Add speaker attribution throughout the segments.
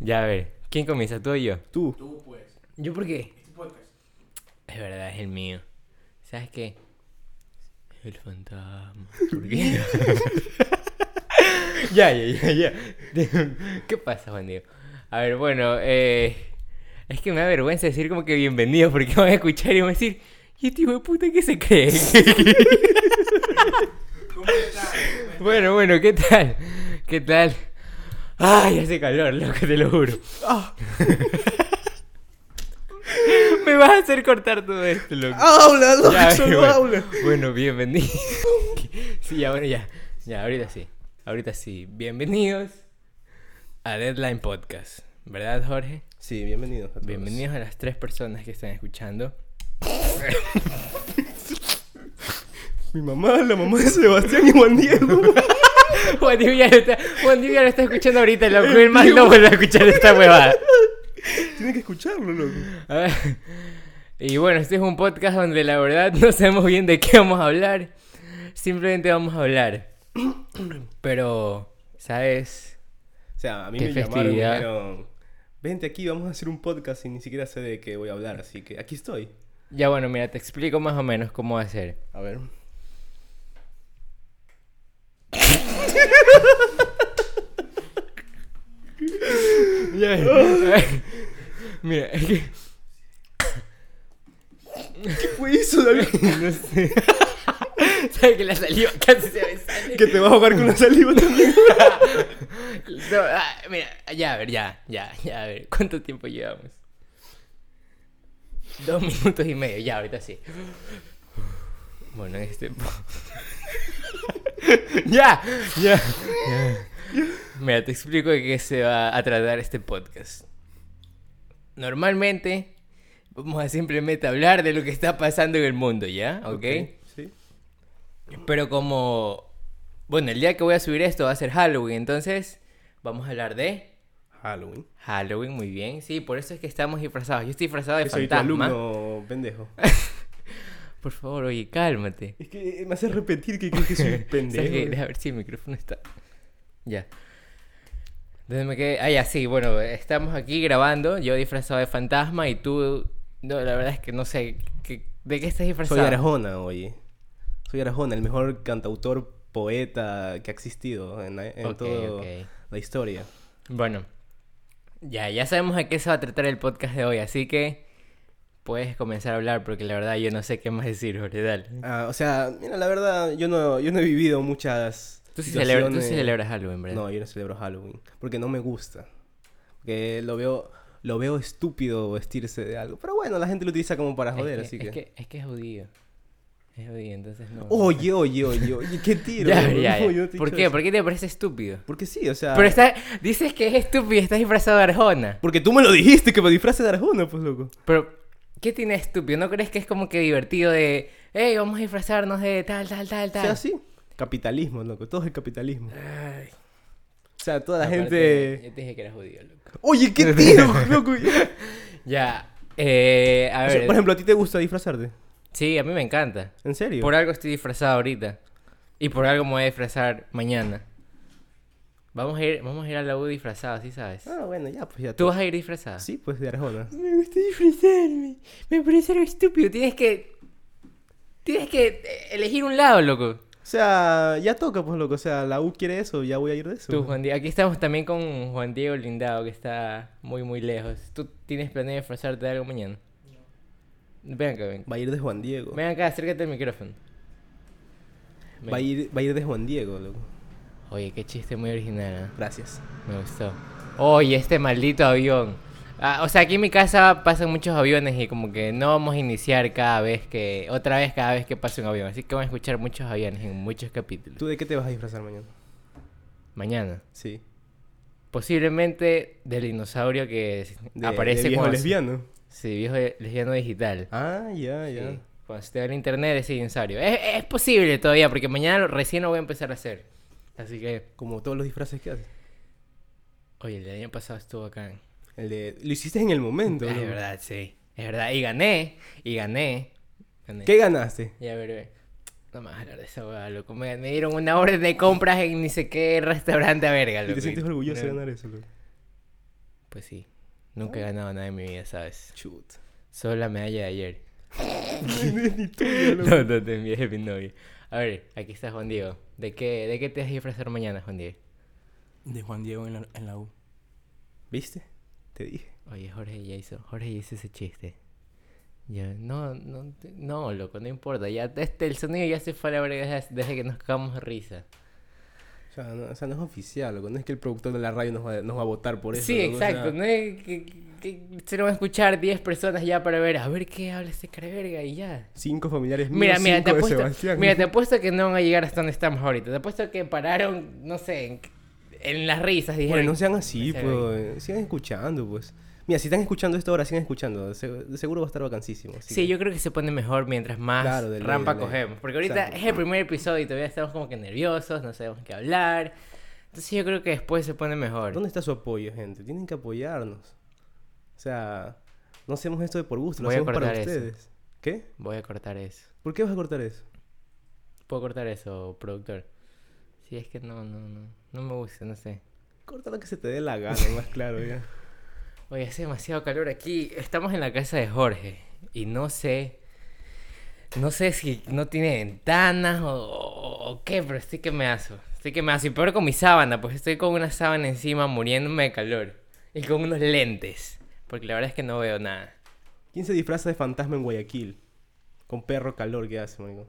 Speaker 1: Ya, a ver. ¿Quién comienza? ¿Tú o yo?
Speaker 2: Tú.
Speaker 3: Tú, pues.
Speaker 4: ¿Yo por qué?
Speaker 3: Este podcast.
Speaker 1: Es verdad, es el mío. ¿Sabes qué? El fantasma. ¿Por qué? ya, ya, ya, ya. ¿Qué pasa, Juan Diego? A ver, bueno, eh, es que me da vergüenza decir como que bienvenido porque van a escuchar y van a decir, ¿y este hijo de puta qué se cree?
Speaker 3: ¿Cómo estás?
Speaker 1: bueno, bueno, ¿qué tal? ¿Qué tal? Ay, hace calor, loco, te lo juro. me vas a hacer cortar todo esto, loco.
Speaker 2: ¡Aula, loco!
Speaker 1: Ya,
Speaker 2: ¡Solo
Speaker 1: bueno,
Speaker 2: aula!
Speaker 1: Bueno, bienvenido. Sí, ya, bueno, ya. Ya, ahorita sí. Ahorita sí. Bienvenidos a Deadline Podcast. ¿Verdad, Jorge?
Speaker 2: Sí, bienvenidos a todos.
Speaker 1: Bienvenidos a las tres personas que están escuchando.
Speaker 2: Mi mamá, la mamá de Sebastián y Juan Diego.
Speaker 1: Juan Diego ya lo está, Juan Diego ya lo está escuchando ahorita. Lo el más no vuelve a escuchar esta huevada.
Speaker 2: Tienen que escucharlo, loco.
Speaker 1: A ver. Y bueno, este es un podcast donde la verdad no sabemos bien de qué vamos a hablar. Simplemente vamos a hablar. Pero, ¿sabes?
Speaker 2: O sea, a mí
Speaker 1: Qué
Speaker 2: me llamaron y me
Speaker 1: festividad.
Speaker 2: dijeron, vente aquí, vamos a hacer un podcast y ni siquiera sé de qué voy a hablar, así que aquí estoy.
Speaker 1: Ya bueno, mira, te explico más o menos cómo va a ser.
Speaker 2: A ver.
Speaker 1: Mira, es que
Speaker 2: ¿Qué fue eso, David?
Speaker 1: no sé. ¿Sabes que la salió? Casi se me sale.
Speaker 2: que te vas a jugar con la saliva también.
Speaker 1: No, ah, mira, ya, a ver, ya, ya, ya, a ver. ¿Cuánto tiempo llevamos? Dos minutos y medio, ya, ahorita sí. Bueno, en este. po- ya, ya, ya. Mira, te explico de qué se va a tratar este podcast. Normalmente, vamos a simplemente hablar de lo que está pasando en el mundo, ¿ya? ¿Ok?
Speaker 2: Sí.
Speaker 1: Pero como... Bueno, el día que voy a subir esto va a ser Halloween, entonces vamos a hablar de
Speaker 2: Halloween.
Speaker 1: Halloween, muy bien. Sí, por eso es que estamos disfrazados. Yo estoy disfrazado de
Speaker 2: Que soy tu
Speaker 1: fantasma.
Speaker 2: alumno, pendejo.
Speaker 1: Por favor, oye, cálmate.
Speaker 2: Es que eh, me hace repetir que crees que soy un
Speaker 1: ¿Sabes qué?
Speaker 2: pendejo.
Speaker 1: Deja ver si el micrófono está... Ya. Entonces me quedé... Ah, ya, sí, bueno, estamos aquí grabando, yo disfrazado de fantasma y tú... No, la verdad es que no sé... ¿qué- ¿De qué estás
Speaker 2: Soy
Speaker 1: disfrazado?
Speaker 2: Arjona, oye. Soy Arjona, el mejor cantautor, poeta que ha existido en, la- en
Speaker 1: Ok,
Speaker 2: toda
Speaker 1: ok.
Speaker 2: la historia.
Speaker 1: Bueno, ya, ya sabemos a qué se va a tratar el podcast de hoy, así que puedes comenzar a hablar porque la verdad yo no sé qué más decir, Jorge, dale.
Speaker 2: Ah, o sea, mira, la verdad, yo no, yo no he vivido muchas.
Speaker 1: Tú sí, celebra- tú sí
Speaker 2: situaciones-
Speaker 1: celebras Halloween, ¿verdad?
Speaker 2: No, yo no celebro Halloween. Porque no me gusta. Porque lo veo, lo veo estúpido vestirse de algo. Pero bueno, la gente lo utiliza como para
Speaker 1: Es
Speaker 2: joder,
Speaker 1: que-
Speaker 2: así
Speaker 1: Es
Speaker 2: que...
Speaker 1: que, es que es judío. Es judío, entonces no.
Speaker 2: Oye, oye, oye, oye, qué tiro.
Speaker 1: Ya,
Speaker 2: bro?
Speaker 1: ya,
Speaker 2: No,
Speaker 1: ya.
Speaker 2: yo no te he
Speaker 1: ¿Por
Speaker 2: dicho
Speaker 1: qué?
Speaker 2: eso. Ah.
Speaker 1: ¿Por qué te parece estúpido?
Speaker 2: Porque sí, o sea.
Speaker 1: Pero está, dices que es estúpido y estás disfrazado de Arjona.
Speaker 2: Porque tú me lo dijiste que me disfrace de Arjona, pues loco.
Speaker 1: Pero, ¿qué tiene estúpido? ¿No crees que es como que divertido de, hey, vamos a disfrazarnos de tal, tal, tal,
Speaker 2: O
Speaker 1: tal?
Speaker 2: sea, así. Capitalismo, loco. Todo es el capitalismo.
Speaker 1: Ay.
Speaker 2: O sea, toda la
Speaker 1: Aparte, eh,
Speaker 2: gente.
Speaker 1: Yo te dije que eras judío, loco.
Speaker 2: Oye, qué tiro, loco. O
Speaker 1: Ya, eh, a
Speaker 2: sea,
Speaker 1: ver.
Speaker 2: por ejemplo, ¿a ti te gusta disfrazarte?
Speaker 1: Sí, a mí me encanta.
Speaker 2: ¿En serio?
Speaker 1: Por algo estoy disfrazado ahorita. Y por algo me voy a disfrazar mañana. Vamos a ir, vamos a ir a la U disfrazado, ¿sí sabes?
Speaker 2: Ah, bueno, ya, pues ya.
Speaker 1: ¿Tú vas a ir disfrazado?
Speaker 2: Sí, pues de Arjona.
Speaker 1: Me gusta disfrazarme. Me parece algo estúpido. Tienes que... Tienes que eh, elegir un lado, loco.
Speaker 2: O sea, ya toca, pues loco. O sea, la U quiere eso, ya voy a ir de eso.
Speaker 1: Tú, Juan Diego. Aquí estamos también con Juan Diego Lindado, que está muy, muy lejos. ¿Tú tienes planeado disfrazarte de algo mañana? Ven acá, ven.
Speaker 2: Va a ir de Juan Diego.
Speaker 1: Ven acá, acércate al micrófono. Ven.
Speaker 2: Va a ir, va a ir de Juan Diego, loco.
Speaker 1: Oye, qué chiste muy original, ¿ah?
Speaker 2: Gracias.
Speaker 1: Me gustó. Oye, este maldito avión. Ah, o sea, aquí en mi casa pasan muchos aviones y como que no vamos a iniciar cada vez que... Otra vez cada vez que pase un avión. Así que van a escuchar muchos aviones en muchos capítulos.
Speaker 2: ¿Tú de qué te vas a disfrazar mañana?
Speaker 1: Mañana.
Speaker 2: Sí.
Speaker 1: Posiblemente del dinosaurio que es-
Speaker 2: De,
Speaker 1: aparece
Speaker 2: de viejo
Speaker 1: cuando... se-
Speaker 2: lesbiano.
Speaker 1: Sí, viejo lesbiano digital.
Speaker 2: Ah, ya, ya.
Speaker 1: Sí. Cuando se te va el internet ese dinosaurio. Es, es posible todavía porque mañana lo- recién lo voy a empezar a hacer. Así que...
Speaker 2: Como todos los disfraces que haces.
Speaker 1: Oye, el del año pasado estuvo acá.
Speaker 2: El de... Lo hiciste en el momento.
Speaker 1: Ah,
Speaker 2: loco.
Speaker 1: es verdad, sí. Es verdad. Y gané. Y gané. Gané.
Speaker 2: ¿Qué ganaste?
Speaker 1: Y a ver, ve. No me vas a hablar de esa hueá, loco. Me, me dieron una orden de compras en ni sé qué restaurante a verga,
Speaker 2: Y
Speaker 1: loco.
Speaker 2: te sientes orgulloso de
Speaker 1: No.
Speaker 2: ganar eso, loco.
Speaker 1: Pues sí. Nunca he ganado nada en mi vida, ¿sabes?
Speaker 2: Chut.
Speaker 1: Solo la medalla de ayer.
Speaker 2: Ni tuya, loco.
Speaker 1: No, no te envié mi novio. A ver, aquí está Juan Diego. ¿De qué, de qué te vas a disfrazar mañana, Juan Diego?
Speaker 3: De Juan Diego en la, en la U.
Speaker 2: ¿Viste? Te dije.
Speaker 1: Oye, Jorge ya hizo, Jorge ya hizo ese chiste. Ya, no, no, te- no, loco, no importa. Ya, este, el sonido ya se fue a la verga desde, desde que nos cagamos de risa.
Speaker 2: O sea, no, o sea, no es oficial, loco. No es que el productor de la radio nos va, nos va a votar por eso.
Speaker 1: sí,
Speaker 2: loco, o sea,
Speaker 1: exacto. No es que, que- que se lo van a escuchar 10 personas ya para ver, a ver qué habla ese verga y ya.
Speaker 2: Cinco familiares míos,
Speaker 1: Mira, mira, te
Speaker 2: cinco de
Speaker 1: apuesto,
Speaker 2: Sebastián.
Speaker 1: mira, te apuesto que no van a llegar hasta donde estamos ahorita. Te apuesto que pararon, no sé, en, en las risas. Dijeron,
Speaker 2: Bueno, no sean así,
Speaker 1: Se
Speaker 2: pues. Sigan escuchando, pues. Mira, si están escuchando esto ahora, sigan escuchando. Se- De seguro va a estar vacancísimo. así
Speaker 1: Sí,
Speaker 2: que-
Speaker 1: yo creo que se pone mejor mientras más
Speaker 2: Claro, de ley,
Speaker 1: rampa
Speaker 2: de ley.
Speaker 1: cogemos. Porque ahorita
Speaker 2: Exacto.
Speaker 1: es el primer episodio y todavía estamos como que nerviosos, no sabemos qué hablar. Entonces yo creo que después se pone mejor.
Speaker 2: ¿Dónde está su apoyo, gente? Tienen que apoyarnos. O sea, no hacemos esto de por gusto, lo
Speaker 1: Voy a
Speaker 2: hacemos para
Speaker 1: cortar eso.
Speaker 2: ustedes. ¿Qué?
Speaker 1: Voy a cortar eso.
Speaker 2: ¿Por qué vas a cortar eso?
Speaker 1: ¿Puedo cortar eso, productor? Sí, es que no, no, no. No me gusta, no sé.
Speaker 2: Corta lo que se te dé la gana, más claro, ya.
Speaker 1: Oye, hace demasiado calor aquí. Estamos en la casa de Jorge. Y no sé. No sé si no tiene ventanas o, o- o qué, pero estoy que me aso. Estoy que me aso. Y peor con mi sábana, pues estoy con una sábana encima muriéndome de calor. Y con unos lentes. Porque la verdad es que no veo nada.
Speaker 2: ¿Quién se disfraza de fantasma en Guayaquil? Con perro calor que hace, amigo.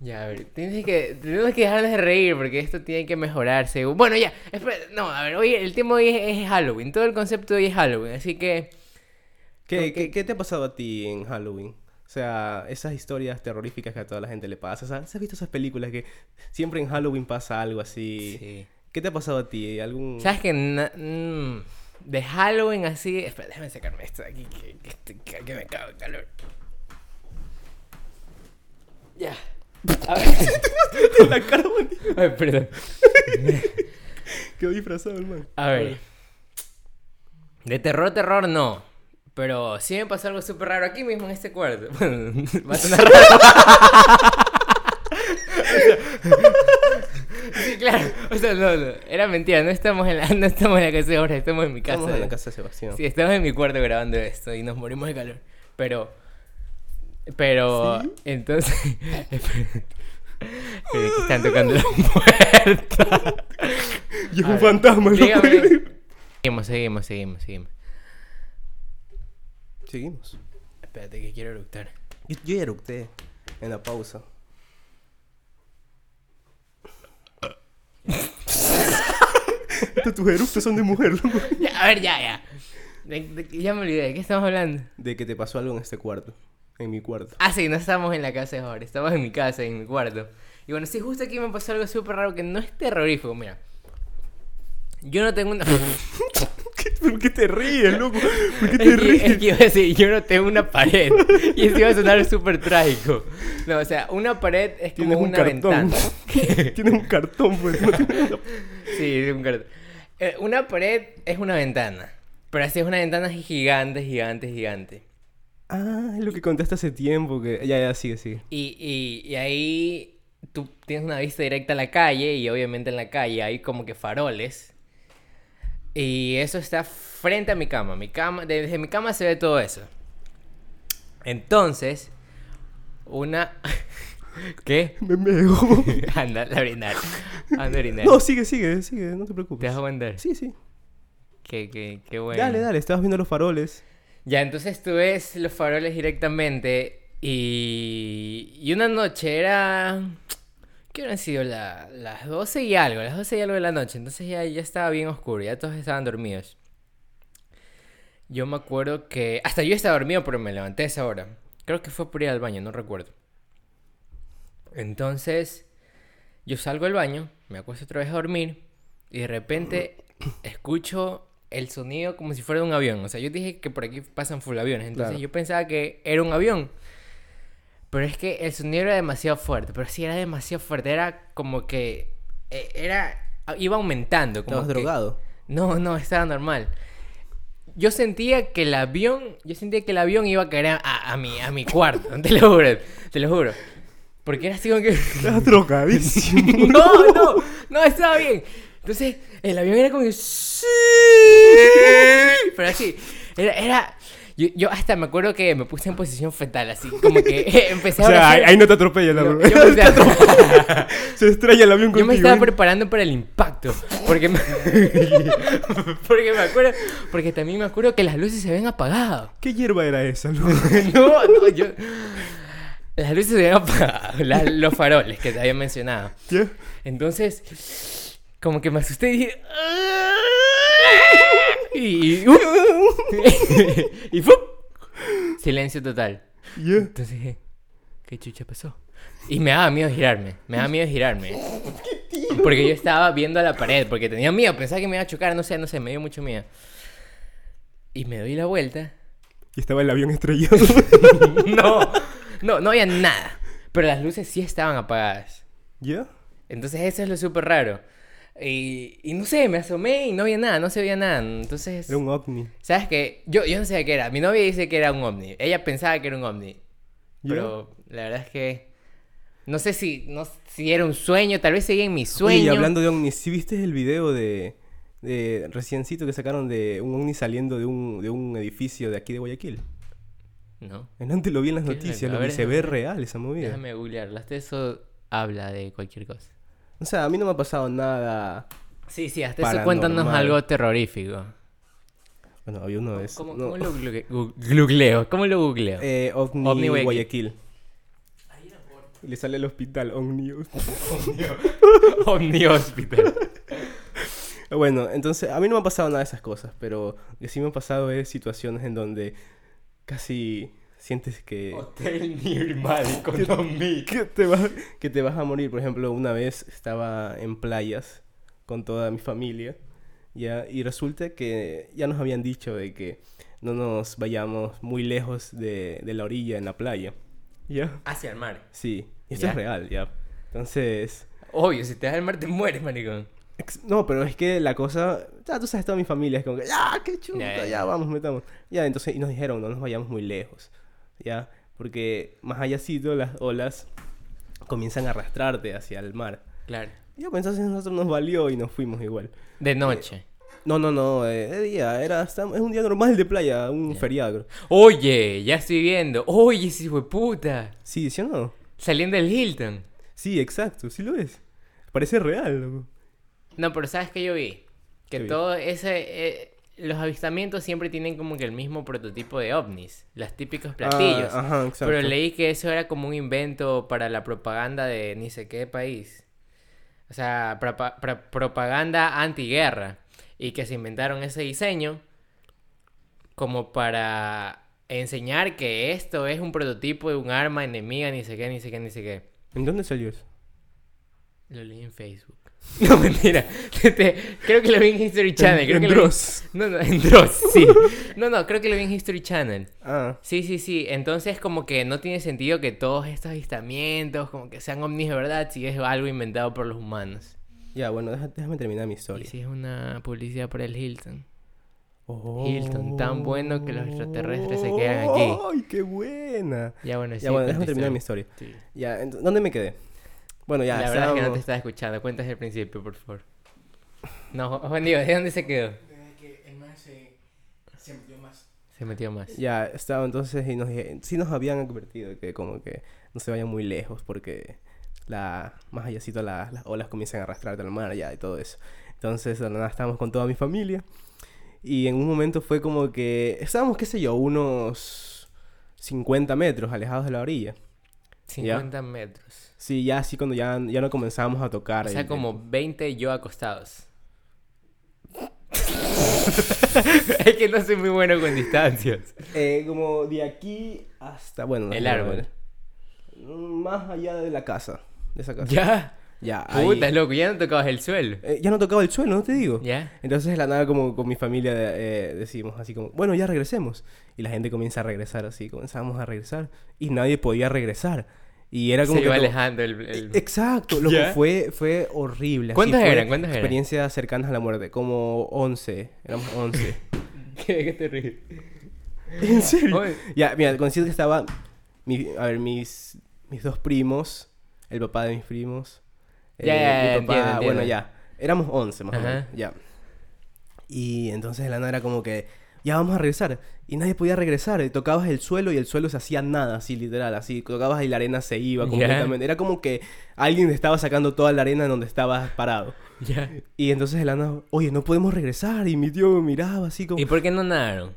Speaker 1: Ya, a ver, tienes que, tenemos que dejar de reír porque esto tiene que mejorarse. Bueno, ya, espera, no, a ver, hoy el tema hoy es, es Halloween, todo el concepto hoy es Halloween, así que...
Speaker 2: ¿Qué,
Speaker 1: Ok.
Speaker 2: qué, qué te ha pasado a ti en Halloween? O sea, esas historias terroríficas que a toda la gente le pasa. O sea, ¿Has visto esas películas que siempre en Halloween pasa algo así?
Speaker 1: sí.
Speaker 2: ¿Qué te ha pasado a ti? ¿Algún...
Speaker 1: ¿Sabes que na- mm, de Halloween así... Espera, déjame sacarme esto de aquí, que, que estoy- que- que me cago en calor. Ya. A ver.
Speaker 2: la cara, man.
Speaker 1: Ay, perdón.
Speaker 2: Quedó disfrazado, hermano.
Speaker 1: A ver. De terror, terror no. Pero sí me pasó algo súper raro aquí mismo en este cuarto. Va a sonar raro. sí, claro. O sea, no, no. Era mentira. No estamos en la, no estamos en la casa de Jorge, estamos en mi casa.
Speaker 2: Estamos en la casa de Sebastián.
Speaker 1: Sí, estamos en mi cuarto grabando esto y nos morimos de calor. Pero. Pero. Entonces. Espera, que están tocando la puerta.
Speaker 2: Y es
Speaker 1: A
Speaker 2: un
Speaker 1: ver,
Speaker 2: fantasma, ¿no?
Speaker 1: Dígame. Seguimos, seguimos, seguimos, seguimos.
Speaker 2: Seguimos.
Speaker 1: Espérate que quiero eructar.
Speaker 2: Yo, yo ya eructé en la pausa. Estos tus eructos son de mujer, loco.
Speaker 1: Ya, a ver, ya, ya. De- de- ya me olvidé, ¿de qué estamos hablando?
Speaker 2: De que te pasó algo en este cuarto. En mi cuarto.
Speaker 1: Ah, sí, no estamos en la casa de Jorge, estamos en mi casa, en mi cuarto. Y bueno, sí, justo aquí me pasó algo súper raro que no es terrorífico, mira. Yo no tengo una...
Speaker 2: ¿Por qué te ríes, loco? ¿Por qué
Speaker 1: Es que, es que iba a decir, yo no tengo una pared. Y eso iba a sonar súper trágico. No, o sea, una pared es como
Speaker 2: Tienes un
Speaker 1: una
Speaker 2: cartón.
Speaker 1: ventana.
Speaker 2: Tienes un cartón, pues. no tienes-
Speaker 1: Sí, un cartón. Eh, una pared es una ventana. Pero así es una ventana gigante, gigante, gigante.
Speaker 2: Ah, es lo que contaste hace tiempo. que Ya, ya, sigue, sigue.
Speaker 1: Y, y, y ahí tú tienes una vista directa a la calle y obviamente en la calle hay como que faroles. Y eso está frente a mi cama. Mi cama desde mi cama se ve todo eso. Entonces, una... ¿Qué?
Speaker 2: Me mego.
Speaker 1: Anda a orinar. Anda a orinar.
Speaker 2: No, sigue, sigue, sigue. No te
Speaker 1: ¿Te
Speaker 2: preocupes.
Speaker 1: vas a mandar?
Speaker 2: Sí, sí.
Speaker 1: Qué, qué, qué bueno.
Speaker 2: Dale, dale. Estabas viendo los faroles.
Speaker 1: Ya, entonces tú ves los faroles directamente y, y una noche era... ¿Qué hubieran sido? La- las 12 y algo, las 12 y algo de la noche. Entonces ya, ya estaba bien oscuro, ya todos estaban dormidos. Yo me acuerdo que... Hasta yo estaba dormido, pero me levanté a esa hora. Creo que fue por ir al baño, no recuerdo. Entonces, yo salgo del baño, me acuesto otra vez a dormir y de repente escucho el sonido como si fuera de un avión. O sea, yo dije que por aquí pasan full aviones, entonces
Speaker 2: Claro.
Speaker 1: yo pensaba que era un avión. Pero es que el sonido era demasiado fuerte, pero sí era demasiado fuerte, era como que eh, era iba aumentando, como
Speaker 2: Estabas
Speaker 1: que-
Speaker 2: drogado.
Speaker 1: no, no, estaba normal. Yo sentía que el avión, yo sentía que el avión iba a caer a, a- a mi, a mi cuarto, te lo juro, te lo juro. Porque era así como que...
Speaker 2: Estabas drogadísimo.
Speaker 1: No, no, no, estaba bien. Entonces, el avión era como que... "Sí". Pero así, era... era... Yo, yo hasta me acuerdo que me puse en posición fetal, así como que empecé
Speaker 2: O
Speaker 1: a
Speaker 2: sea,
Speaker 1: abrazar-
Speaker 2: ahí, ahí no te atropella la
Speaker 1: Yo- yo me estaba-
Speaker 2: Se estrella el avión
Speaker 1: Yo
Speaker 2: contigo.
Speaker 1: me estaba preparando para el impacto. Porque me, porque me acuerdo. Porque también me acuerdo que las luces se habían apagado.
Speaker 2: ¿Qué hierba era esa, loco?
Speaker 1: No, no, yo. Las luces se habían apagado. la- los faroles que te había mencionado.
Speaker 2: ¿Ya?
Speaker 1: Entonces, como que me asusté y dije. "Ah". Y. y- ¡uh! y ¡fup! Silencio total.
Speaker 2: ¿Ya?
Speaker 1: Entonces dije, ¿qué chucha pasó? Y me daba miedo girarme, me daba miedo girarme. Porque yo estaba viendo a la pared, porque tenía miedo, pensaba que me iba a chocar, no sé, no sé, me dio mucho miedo. Y me doy la vuelta.
Speaker 2: Y estaba el avión estrellado.
Speaker 1: No, no, no había nada. Pero las luces sí estaban apagadas.
Speaker 2: ¿Ya?
Speaker 1: Entonces eso es lo súper raro. Y, y no sé, me asomé y no había nada, no se veía nada. Entonces...
Speaker 2: Era un ovni.
Speaker 1: ¿Sabes qué? Yo, yo no sabía qué era. Mi novia dice que era un ovni. Ella pensaba que era un ovni.
Speaker 2: ¿Ya?
Speaker 1: Pero la verdad es que. No sé si, no, si era un sueño, tal vez seguía en mi
Speaker 2: Oye,
Speaker 1: sueño.
Speaker 2: y hablando de ovnis, ¿sí viste el video de, de reciencito que sacaron de un ovni saliendo de un, de un edificio de aquí de Guayaquil?
Speaker 1: No,
Speaker 2: En antes lo vi en las
Speaker 1: ¿Qué?
Speaker 2: noticias,
Speaker 1: A
Speaker 2: lo
Speaker 1: ver,
Speaker 2: que se ve
Speaker 1: déjame-
Speaker 2: real esa movida.
Speaker 1: déjame googlearlo. Hasta eso habla de cualquier cosa.
Speaker 2: O sea, a mí no me ha pasado nada.
Speaker 1: Sí, sí, hasta eso
Speaker 2: Paranormal.
Speaker 1: cuéntanos algo terrorífico.
Speaker 2: Bueno, había uno de
Speaker 1: ¿Cómo,
Speaker 2: esos.
Speaker 1: cómo lo glu- gu- googleo? ¿Cómo lo googleo?
Speaker 2: Eh, ovni,
Speaker 1: Ovni Guayaquil.
Speaker 2: Guayaquil. Y le sale al hospital ovni.
Speaker 1: Omni Hospital.
Speaker 2: Bueno, entonces a mí no me ha pasado nada de esas cosas, pero lo que sí me han pasado es situaciones en donde casi sientes que...
Speaker 1: Hotel Nirmal con Omni.
Speaker 2: que te vas, que te vas a morir. Por ejemplo, una vez estaba en playas con toda mi familia, ya, y resulta que ya nos habían dicho de que no nos vayamos muy lejos de, de la orilla en la playa. Ya.
Speaker 1: Hacia el mar.
Speaker 2: Sí, y esto
Speaker 1: Ya.
Speaker 2: es real, ya. Entonces,
Speaker 1: Obvio, si te das al mar te mueres, maricón.
Speaker 2: ex- no, pero es que la cosa, ya tú sabes, toda mi familia es como que, ya, qué chuta,
Speaker 1: Ya, ya,
Speaker 2: ya,
Speaker 1: ya.
Speaker 2: vamos, metamos. Ya, entonces, y nos dijeron, no nos vayamos muy lejos, ya, porque más allácito las olas comienzan a arrastrarte hacia el mar.
Speaker 1: Claro.
Speaker 2: Yo pensaba que nosotros nos valió y nos fuimos igual.
Speaker 1: De
Speaker 2: Eh,
Speaker 1: noche.
Speaker 2: No, no, no, eh, de día, era, está- es un día normal de playa, un feriado.
Speaker 1: Oye, ya estoy viendo. Oye, ese hijo de puta.
Speaker 2: Sí, ¿sí o no?
Speaker 1: Saliendo del Hilton.
Speaker 2: Sí, exacto, sí lo es. Parece real, loco.
Speaker 1: No, pero ¿sabes qué yo vi? Que
Speaker 2: ¿Qué vi?
Speaker 1: todo ese... eh, los avistamientos siempre tienen como que el mismo prototipo de ovnis. Los típicos platillos.
Speaker 2: Ah, ajá, exacto.
Speaker 1: pero leí que eso era como un invento para la propaganda de ni sé qué país. O sea, propa- pro- propaganda antiguerra. Y que se inventaron ese diseño como para enseñar que esto es un prototipo de un arma enemiga, ni sé qué, ni sé qué, ni sé qué.
Speaker 2: ¿En dónde salió eso?
Speaker 1: Lo leí en Facebook. No, mentira. Este, creo que lo vi en History Channel. Creo
Speaker 2: en
Speaker 1: que lo vi-
Speaker 2: Dross.
Speaker 1: No, no, en Dross, sí. No, no, creo que lo vi en History Channel.
Speaker 2: Ah,
Speaker 1: Sí, sí, sí. Entonces, como que no tiene sentido que todos estos avistamientos, como que sean ovnis de verdad, si es algo inventado por los humanos.
Speaker 2: ya, bueno, deja- déjame terminar mi
Speaker 1: Y
Speaker 2: historia.
Speaker 1: si es una publicidad para el Hilton.
Speaker 2: Oh.
Speaker 1: Hilton, tan bueno que los extraterrestres se quedan aquí.
Speaker 2: ¡Ay, qué buena!
Speaker 1: Ya bueno, sí.
Speaker 2: ya, bueno,
Speaker 1: cuenta
Speaker 2: déjame
Speaker 1: tu
Speaker 2: terminar mi
Speaker 1: historia.
Speaker 2: historia.
Speaker 1: Sí.
Speaker 2: Ya, ent- ¿dónde me quedé? Bueno, ya,
Speaker 1: La verdad es que no
Speaker 2: estábamos-
Speaker 1: te estaba escuchando. Cuéntas el principio, por favor. No, Juan Diego, ¿de dónde se quedó?
Speaker 3: Desde que el man se, se metió más.
Speaker 1: Se metió más.
Speaker 2: Ya, estaba entonces y nos, dije- sí nos habían advertido que como que no se vayan muy lejos porque la, más allácito la- las olas comienzan a arrastrarte al mar ya y todo eso. Entonces, de la nada, estábamos con toda mi familia y en un momento fue como que estábamos, qué sé yo, unos 50 metros alejados de la orilla.
Speaker 1: 50 metros.
Speaker 2: Sí, ya así cuando ya, ya no comenzábamos a tocar.
Speaker 1: O sea,
Speaker 2: el-
Speaker 1: como 20 yo acostados. es que no soy muy bueno con distancias.
Speaker 2: eh, como de aquí hasta, bueno. no
Speaker 1: El
Speaker 2: sé,
Speaker 1: árbol.
Speaker 2: Más allá de la casa, de esa casa.
Speaker 1: Ya.
Speaker 2: Ya, ahí-
Speaker 1: Puta, loco, ya no tocabas el suelo.
Speaker 2: Eh, ya no tocaba el suelo, no te digo.
Speaker 1: ¿Ya?
Speaker 2: Entonces de la nada como con mi familia eh, decimos así como, bueno, ya regresemos. Y la gente comienza a regresar así, comenzamos a regresar y nadie podía regresar. Y era como
Speaker 1: Se
Speaker 2: que...
Speaker 1: iba
Speaker 2: como-
Speaker 1: alejando el... el-
Speaker 2: Exacto, lo que
Speaker 1: ¿Ya?
Speaker 2: fue, fue horrible. así
Speaker 1: ¿Cuántos
Speaker 2: fue
Speaker 1: eran? ¿Cuántos eran?
Speaker 2: Experiencias cercanas a la muerte, como 11, éramos 11.
Speaker 1: ¿Qué, qué te ríes?
Speaker 2: ¿En serio?
Speaker 1: Oye.
Speaker 2: Ya, mira, coincido que estaba, mi- a ver, mis, mis dos primos, el papá de mis primos, eh,
Speaker 1: Ya, ya, ya,
Speaker 2: mi papá,
Speaker 1: entiendo, entiendo.
Speaker 2: bueno, ya. Éramos 11 más o
Speaker 1: Ajá.
Speaker 2: menos, ya. Y entonces de la nada era como que, ya vamos a regresar. Y nadie podía regresar. Y tocabas el suelo y el suelo se hacía nada, así literal. Así tocabas y la arena se iba
Speaker 1: Ya.
Speaker 2: completamente. Era como que alguien estaba sacando toda la arena en donde estabas parado.
Speaker 1: Ya.
Speaker 2: Y entonces de la nada, oye, no podemos regresar. Y mi tío me miraba así como...
Speaker 1: ¿Y por qué no nadaron?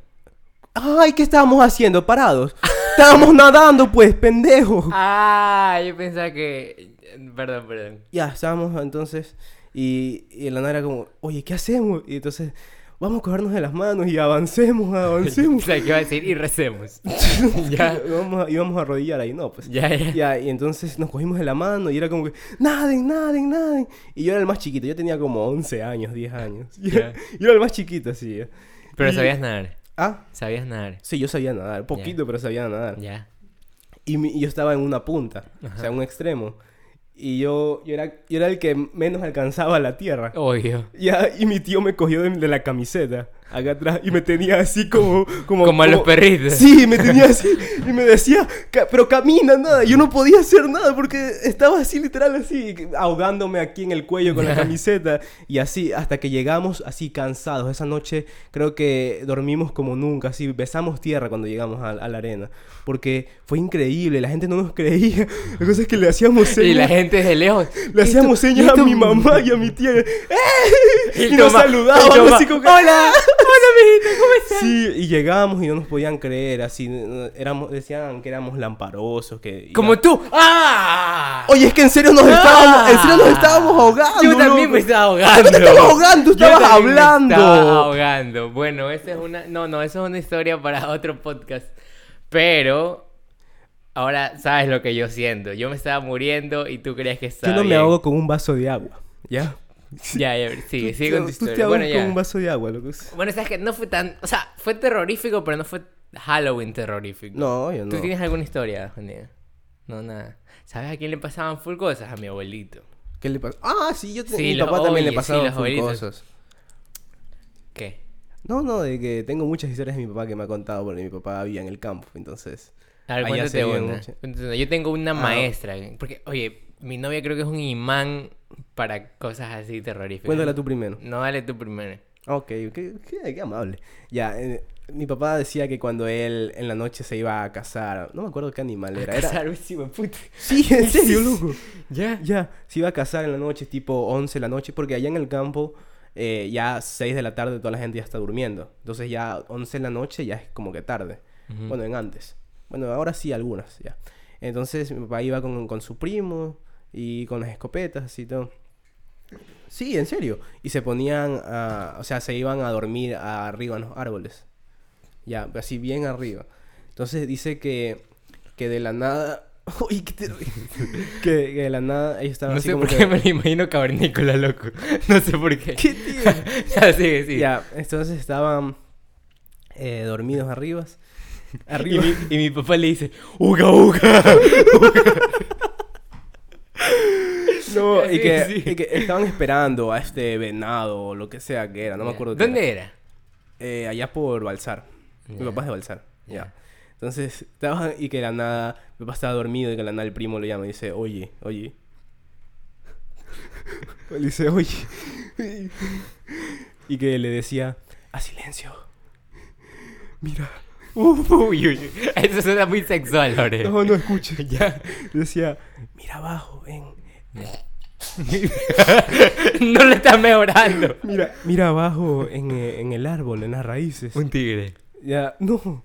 Speaker 2: ¡Ay! ¿Qué estábamos haciendo? Parados. Estábamos nadando, pues, pendejo.
Speaker 1: Ah, yo pensaba que. Perdón, perdón.
Speaker 2: Ya, estábamos entonces. Y, y la nada era como, oye, ¿qué hacemos? Y entonces, vamos a cogernos de las manos y avancemos,
Speaker 1: O
Speaker 2: avancemos.
Speaker 1: sea, que iba a decir y recemos. ya,
Speaker 2: Y vamos a- íbamos a arrodillar ahí, no, pues.
Speaker 1: ya, ya.
Speaker 2: Ya, y entonces nos cogimos de la mano y era como que, naden, naden, naden. Y yo era el más chiquito, yo tenía como 11 años, 10 años.
Speaker 1: Ya.
Speaker 2: Yo era el más chiquito, así. ya.
Speaker 1: Pero
Speaker 2: Y-
Speaker 1: sabías nadar.
Speaker 2: Ah,
Speaker 1: Sabías nadar.
Speaker 2: sí, yo sabía nadar, poquito, pero sabía nadar.
Speaker 1: Ya.
Speaker 2: Y, mi- y yo estaba en una punta, o sea, en un extremo. Y yo, yo, era, yo era el que menos alcanzaba la tierra.
Speaker 1: Oh. Obvio.
Speaker 2: Ya, y mi tío me cogió de, de la camiseta, acá atrás, y me tenía así como... Como,
Speaker 1: Como a los perritos.
Speaker 2: Sí, me tenía así, y me decía, "Ca- pero camina, nada. Yo no podía hacer nada porque estaba así, literal, así, ahogándome aquí en el cuello con la camiseta. Y así, hasta que llegamos así cansados. Esa noche creo que dormimos como nunca, así, besamos tierra cuando llegamos a, a la arena. Porque fue increíble, la gente no nos creía. La cosa es que le hacíamos
Speaker 1: Y la
Speaker 2: señas-
Speaker 1: gente de lejos.
Speaker 2: le hacíamos señas a mi mamá y a mi tía. ¡Eh! Y, nos saludaban así como que, "Ah".
Speaker 1: Hola, hola, mijito, ¿cómo estás?
Speaker 2: Sí, y llegábamos y no nos podían creer, así no- éramos decían que éramos lamparosos, que
Speaker 1: Como tú. ¡Ah!
Speaker 2: Oye, es que en serio nos estábamos, en serio nos estábamos ahogando.
Speaker 1: Yo también me
Speaker 2: loco.
Speaker 1: estaba ahogando.
Speaker 2: También te estabas ahogando,
Speaker 1: Yo
Speaker 2: estabas
Speaker 1: también me
Speaker 2: hablando.
Speaker 1: estaba ahogando. Bueno, esa es una. No, no, eso es una historia para otro podcast. Pero. Ahora sabes lo que yo siento. Yo me estaba muriendo y tú creías que
Speaker 2: Yo
Speaker 1: estaba.
Speaker 2: no me
Speaker 1: bien.
Speaker 2: ahogo con un vaso de agua, ¿ya?
Speaker 1: Ya, ya, sigue, sigue
Speaker 2: Tú-
Speaker 1: con tu
Speaker 2: Tú
Speaker 1: historia.
Speaker 2: te ahogas
Speaker 1: bueno, ya.
Speaker 2: con un vaso de agua, loco.
Speaker 1: Bueno, sabes que no fue tan. O sea, fue terrorífico, pero no fue Halloween terrorífico.
Speaker 2: No, yo no.
Speaker 1: ¿Tú tienes alguna historia, Juanita? No, nada. ¿Sabes a quién le pasaban full cosas? A mi abuelito.
Speaker 2: ¿Qué le pasó? Ah, sí, yo te-
Speaker 1: Sí,
Speaker 2: mi
Speaker 1: los-
Speaker 2: papá también
Speaker 1: oye,
Speaker 2: le
Speaker 1: sí,
Speaker 2: pasaban
Speaker 1: los
Speaker 2: full
Speaker 1: abuelitos.
Speaker 2: cosas.
Speaker 1: ¿Qué?
Speaker 2: No, no, de que tengo muchas historias de mi papá que me ha contado porque mi papá vivía en el campo, entonces.
Speaker 1: A ver,
Speaker 2: Allá
Speaker 1: cuéntate
Speaker 2: se vive
Speaker 1: una.
Speaker 2: mucho. Ah.
Speaker 1: Cuéntate una. Yo tengo una
Speaker 2: no.
Speaker 1: maestra. eh, Porque, oye, mi novia creo que es un imán para cosas así terroríficas.
Speaker 2: Cuéntala tú primero.
Speaker 1: No, dale tú primero.
Speaker 2: Ok, qué, qué- qué amable. Ya, eh, mi papá decía que cuando él en la noche se iba a cazar, no me acuerdo qué animal era. era...
Speaker 1: Cazar, sí, me puta.
Speaker 2: Sí, en serio, loco.
Speaker 1: Ya.
Speaker 2: Ya, se iba a cazar en la noche, tipo 11 de la noche, porque allá en el campo eh, ya 6 de la tarde toda la gente ya está durmiendo. Entonces ya 11 de la noche ya es como que tarde. Bueno, en antes. Bueno, ahora sí algunas, ya. Entonces mi papá iba con, con su primo y con las escopetas así todo. Sí, en serio. Y se ponían a... O sea, se iban a dormir arriba en los árboles. Ya, así bien arriba. Entonces dice que... Que de la nada... Uy, qué terrible. que, que de la nada ellos estaban
Speaker 1: No
Speaker 2: así
Speaker 1: sé
Speaker 2: como
Speaker 1: por
Speaker 2: que...
Speaker 1: qué me lo imagino cavernícola, loco. No sé por qué.
Speaker 2: ¿Qué tío?
Speaker 1: ya, sigue, sigue.
Speaker 2: Ya, entonces estaban eh, dormidos arriba.
Speaker 1: Y
Speaker 2: Arriba.
Speaker 1: mi, y mi papá le dice, ¡Uga, uga!
Speaker 2: No, y que,
Speaker 1: Sí, sí.
Speaker 2: y que estaban esperando a este venado o lo que sea que era, no me acuerdo. qué era.
Speaker 1: ¿Dónde era?
Speaker 2: Eh, allá por Balsar. Mi
Speaker 1: Ya.
Speaker 2: papá es de Balsar. Ya.
Speaker 1: Ya.
Speaker 2: Entonces, estaban y que de la nada, mi papá estaba dormido y que de la nada el primo lo llama y dice, oye, oye. le dice, oye. y que le decía, a silencio. Mira.
Speaker 1: Uy, uy. Eso suena muy sexual, Lore.
Speaker 2: No, no escuches.
Speaker 1: Ya.
Speaker 2: Le decía, mira abajo, ven.
Speaker 1: no le estás mejorando.
Speaker 2: Mira, mira abajo en, eh, en el árbol, en las raíces.
Speaker 1: Un tigre.
Speaker 2: Ya, no.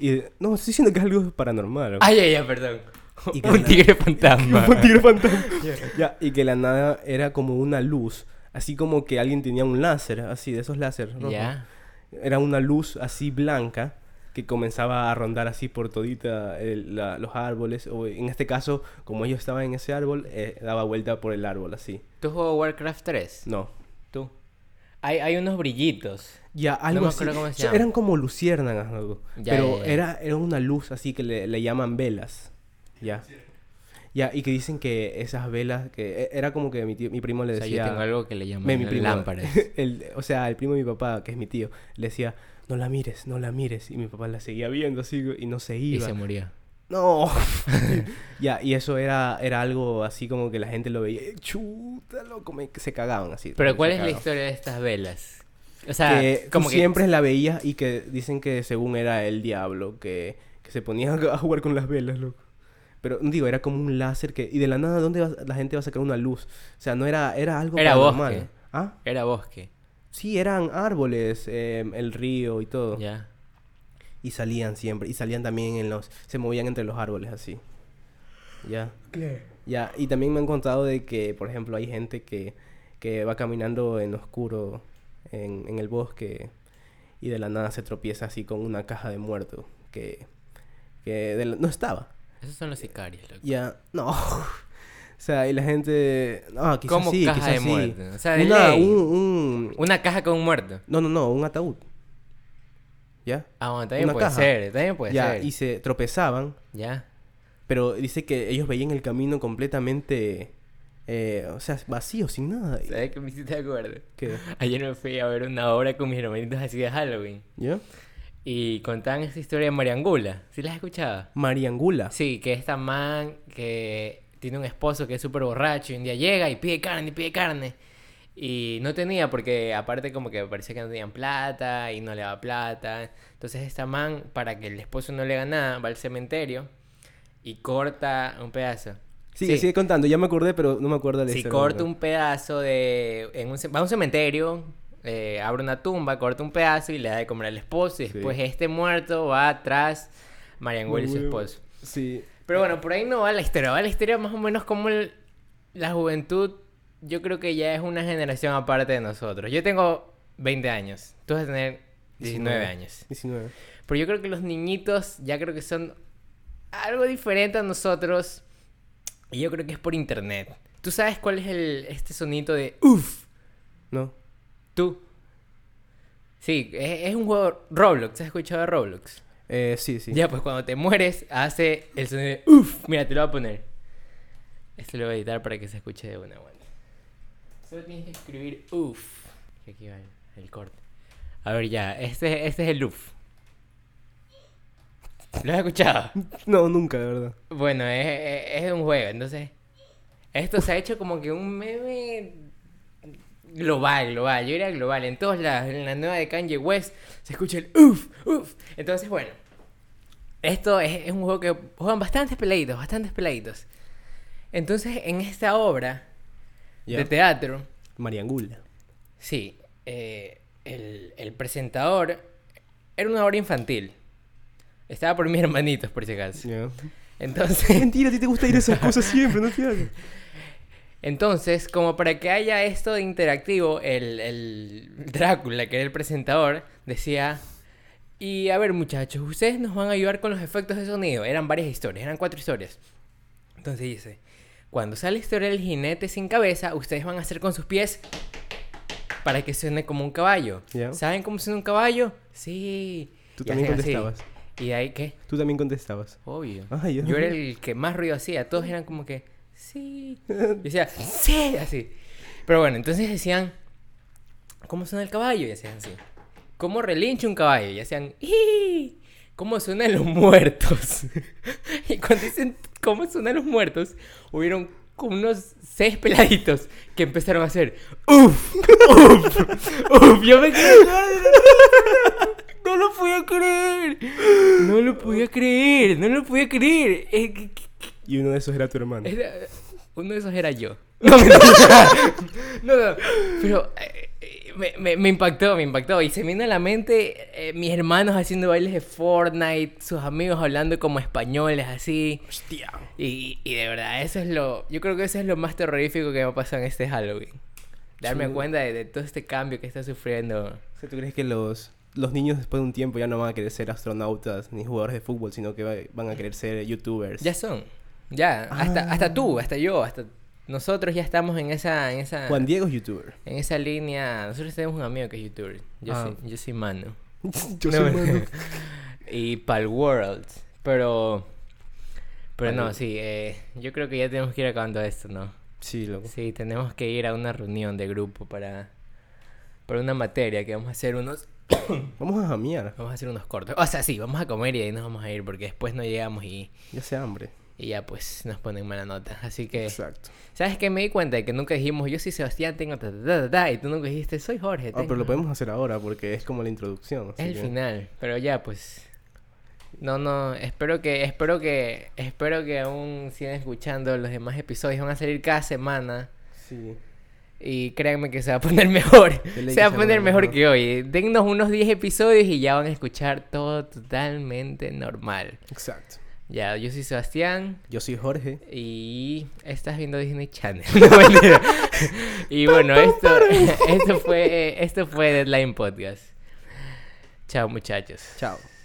Speaker 2: Y, no, estoy diciendo que es algo paranormal. ¿ok?
Speaker 1: Ay, ay, ay, Ah, perdón.
Speaker 2: Y que
Speaker 1: Un
Speaker 2: la-
Speaker 1: tigre fantasma.
Speaker 2: Fue un tigre fantasma. Ya, y que la nada era como una luz. Así como que alguien tenía un láser, así, de esos láser rojos.
Speaker 1: Ya.
Speaker 2: Era una luz así blanca que comenzaba a rondar así por todita el- la- los árboles. O en este caso, como ellos estaban en ese árbol, eh, daba vuelta por el árbol así.
Speaker 1: ¿Tú jugó Warcraft 3?
Speaker 2: No.
Speaker 1: Tú. Hay, hay unos brillitos.
Speaker 2: Ya, algo
Speaker 1: me
Speaker 2: así.
Speaker 1: acuerdo cómo se
Speaker 2: O sea,
Speaker 1: llama.
Speaker 2: Eran como luciérnagas, algo.
Speaker 1: Ya,
Speaker 2: pero
Speaker 1: ya, ya.
Speaker 2: Era, era una luz así que le, le llaman velas. Ya. Ya, y que dicen que esas velas, que e- era como que mi, tío- mi primo le
Speaker 1: O sea, yo
Speaker 2: decía...
Speaker 1: tengo algo que le llaman
Speaker 2: Me- mi primo,
Speaker 1: lámparas.
Speaker 2: el- o sea, el primo de mi papá, que es mi tío, le decía, no la mires, no la mires. Y mi papá la seguía viendo así y no se
Speaker 1: y
Speaker 2: iba.
Speaker 1: se murió.
Speaker 2: No. ya, y eso era, era algo así como que la gente lo veía. "Eh, Chuta, loco, me- se cagaban así.
Speaker 1: Pero
Speaker 2: se
Speaker 1: ¿cuál es la
Speaker 2: cagaban.
Speaker 1: historia de estas velas? O sea,
Speaker 2: que tú
Speaker 1: como que
Speaker 2: siempre la veías y que dicen que según era el diablo, que, que se ponía a jugar con las velas, loco. Pero digo, era como un láser que... Y de la nada, ¿dónde vas- la gente va a sacar una luz? O sea, no era, era algo
Speaker 1: Era
Speaker 2: paranormal.
Speaker 1: bosque.
Speaker 2: ¿Ah?
Speaker 1: era bosque.
Speaker 2: Sí, eran árboles, eh, el río y todo.
Speaker 1: Ya.
Speaker 2: Y salían siempre. Y salían también en los... Se movían entre los árboles así. Ya.
Speaker 3: Claro.
Speaker 2: Ya, y también me han contado de que, por ejemplo, hay gente que, que va caminando en oscuro en, en el bosque y de la nada se tropieza así con una caja de muertos que, que de la- no estaba.
Speaker 1: Esos son los sicarios, loco.
Speaker 2: Ya, no. O sea, y la gente... No, quizás
Speaker 1: ¿Cómo
Speaker 2: sí,
Speaker 1: caja
Speaker 2: quizás
Speaker 1: de
Speaker 2: sí.
Speaker 1: muertos? O sea, de
Speaker 2: Una-
Speaker 1: ley.
Speaker 2: un, un-
Speaker 1: Una caja con un muerto.
Speaker 2: No, no, no, un ataúd. ¿Ya?
Speaker 1: Ah, bueno, también
Speaker 2: Una
Speaker 1: puede
Speaker 2: caja.
Speaker 1: ser, también puede
Speaker 2: ya,
Speaker 1: ser.
Speaker 2: y se tropezaban
Speaker 1: Ya.
Speaker 2: Pero dice que ellos veían el camino completamente, eh, o sea, vacío, sin nada. Y-
Speaker 1: ¿Sabes qué me hiciste de acuerdo?
Speaker 2: ¿Qué?
Speaker 1: Ayer me fui a ver una obra con mis hermanitos así de Halloween.
Speaker 2: ¿Ya?
Speaker 1: Y contaban esa historia de Mariangula. ¿Sí las has escuchado?
Speaker 2: Mariangula.
Speaker 1: Sí, que esta man que tiene un esposo que es súper borracho y un día llega y pide carne, y pide carne. Y no tenía porque aparte como que parecía que no tenían plata y no le daba plata. Entonces esta man, para que el esposo no le haga nada, va al cementerio y corta un pedazo.
Speaker 2: Sigue,
Speaker 1: Sí.
Speaker 2: sigue contando, ya me acordé, pero no me acuerdo de la
Speaker 1: Si
Speaker 2: historia,
Speaker 1: corta
Speaker 2: ¿no?
Speaker 1: un pedazo de... En un, ce- va a un cementerio, eh, abre una tumba, corta un pedazo y le da de comer al esposo. Y
Speaker 2: Sí.
Speaker 1: después este muerto va atrás, Mariangol y su
Speaker 2: Huevo.
Speaker 1: esposo.
Speaker 2: Sí.
Speaker 1: Pero bueno, por ahí no va la historia. Va la historia más o menos como el- la juventud, yo creo que ya es una generación aparte de nosotros. Yo tengo 20 años, tú vas a tener 19 años.
Speaker 2: 19.
Speaker 1: Pero yo creo que los niñitos ya creo que son algo diferente a nosotros. Y yo creo que es por internet. ¿Tú sabes cuál es el, este sonito de uff?
Speaker 2: No.
Speaker 1: ¿Tú? Sí, es, es un juego Roblox. ¿Has escuchado de Roblox?
Speaker 2: Eh, sí, sí.
Speaker 1: Ya, pues cuando te mueres, hace el sonido de uff. Mira, te lo voy a poner. Esto lo voy a editar para que se escuche de buena buena. Solo tienes que escribir uff. Que aquí va el, el corte. A ver, ya, este, este es el uff. ¿Lo has escuchado?
Speaker 2: No, nunca, de verdad.
Speaker 1: Bueno, es, es- es un juego, entonces. Esto se ha hecho como que un meme global, global. Yo diría global. En todos lados, en la nueva de Kanye West se escucha el uff, uff. Entonces, bueno. Esto es, es un juego que juegan bastantes peladitos, bastantes peladitos. Entonces, en esta obra
Speaker 2: Ya.
Speaker 1: de teatro,
Speaker 2: Mariangula.
Speaker 1: Sí, eh, el, el presentador era una obra infantil. Estaba por mis hermanitos, por si acaso.
Speaker 2: Ya.
Speaker 1: Entonces,
Speaker 2: Mentira, a ti te gusta ir a esas cosas siempre, no te hagas.
Speaker 1: Entonces, como para que haya esto de interactivo, el, el Drácula, que era el presentador, decía... Y a ver muchachos, ustedes nos van a ayudar con los efectos de sonido. Eran varias historias, eran cuatro historias. Entonces dice, cuando sale la historia del jinete sin cabeza, ustedes van a hacer con sus pies para que suene como un caballo.
Speaker 2: Ya.
Speaker 1: ¿Saben cómo suena un caballo? Sí.
Speaker 2: Tú
Speaker 1: Y
Speaker 2: también
Speaker 1: hacen así.
Speaker 2: contestabas.
Speaker 1: Y de ahí, ¿qué?
Speaker 2: Tú también contestabas.
Speaker 1: Obvio.
Speaker 2: Ah, ya.
Speaker 1: yo era el que más ruido hacía. Todos eran como que, sí. Yo decía, sí, así. Pero bueno, entonces decían, ¿cómo suena el caballo? Y hacían así. ¿Cómo relincha un caballo? Y hacían, "Ih". ¿cómo suenan los muertos? y cuando dicen, ¿cómo suenan los muertos? Hubieron como unos seis peladitos que empezaron a hacer, uff, uff, uff. Yo me quedé, no lo podía creer. No lo podía creer, no lo podía creer. Eh, que- que-
Speaker 2: Y uno de esos era tu hermano.
Speaker 1: era- uno de esos era yo. No, mentira. no, no. Pero eh, eh, me, me- me impactó, me impactó. Y se me vino a la mente eh, mis hermanos haciendo bailes de Fortnite, sus amigos hablando como españoles, así.
Speaker 2: Hostia.
Speaker 1: Y, y de verdad, eso es lo. Yo creo que eso es lo más terrorífico que me ha pasado en este Halloween. Darme
Speaker 2: Sí.
Speaker 1: cuenta de, de todo este cambio que está sufriendo.
Speaker 2: O sea, ¿tú crees que los, los niños después de un tiempo ya no van a querer ser astronautas ni jugadores de fútbol, sino que va- van a querer ser youtubers?
Speaker 1: Ya son. Ya.
Speaker 2: Ah.
Speaker 1: Hasta, hasta tú, hasta yo, hasta nosotros ya estamos en esa. En esa
Speaker 2: Juan Diego es youtuber.
Speaker 1: En esa línea, nosotros tenemos un amigo que es youtuber. Yo,
Speaker 2: Ah.
Speaker 1: soy, yo soy Manu.
Speaker 2: Yo
Speaker 1: No, y pal world. Pero. Pero no, sí. eh, yo creo que ya tenemos que ir acabando esto, ¿no?
Speaker 2: Sí, loco.
Speaker 1: Sí, tenemos que ir a una reunión de grupo para. para una materia que vamos a hacer unos
Speaker 2: Vamos a jamear.
Speaker 1: vamos a hacer unos cortos. O sea, sí, vamos a comer y ahí nos vamos a ir porque después no llegamos y,
Speaker 2: Ya sea hambre.
Speaker 1: y ya pues nos ponen mala nota. Así que
Speaker 2: Exacto.
Speaker 1: ¿Sabes qué? Me di cuenta de que nunca dijimos yo soy Sebastián, tengo ta ta ta ta, ta", y tú nunca dijiste soy Jorge.
Speaker 2: Ah, pero
Speaker 1: tengo-
Speaker 2: lo podemos hacer ahora porque es como la introducción. así
Speaker 1: Es el
Speaker 2: que-
Speaker 1: final, pero ya pues. No, no, espero que, espero que, espero que aún sigan escuchando los demás episodios. Van a salir cada semana.
Speaker 2: Sí.
Speaker 1: Y créanme que se va a poner mejor.
Speaker 2: ley que
Speaker 1: Se va a
Speaker 2: se
Speaker 1: poner
Speaker 2: vuelve
Speaker 1: mejor
Speaker 2: mejor.
Speaker 1: que hoy. Dennos unos 10 episodios y ya van a escuchar todo totalmente normal.
Speaker 2: Exacto.
Speaker 1: Ya, yo soy Sebastián.
Speaker 2: Yo soy Jorge.
Speaker 1: Y estás viendo Disney Channel. No, mentira. y bueno, esto, esto fue esto fue Deadline Podcast. Chao muchachos.
Speaker 2: Chao.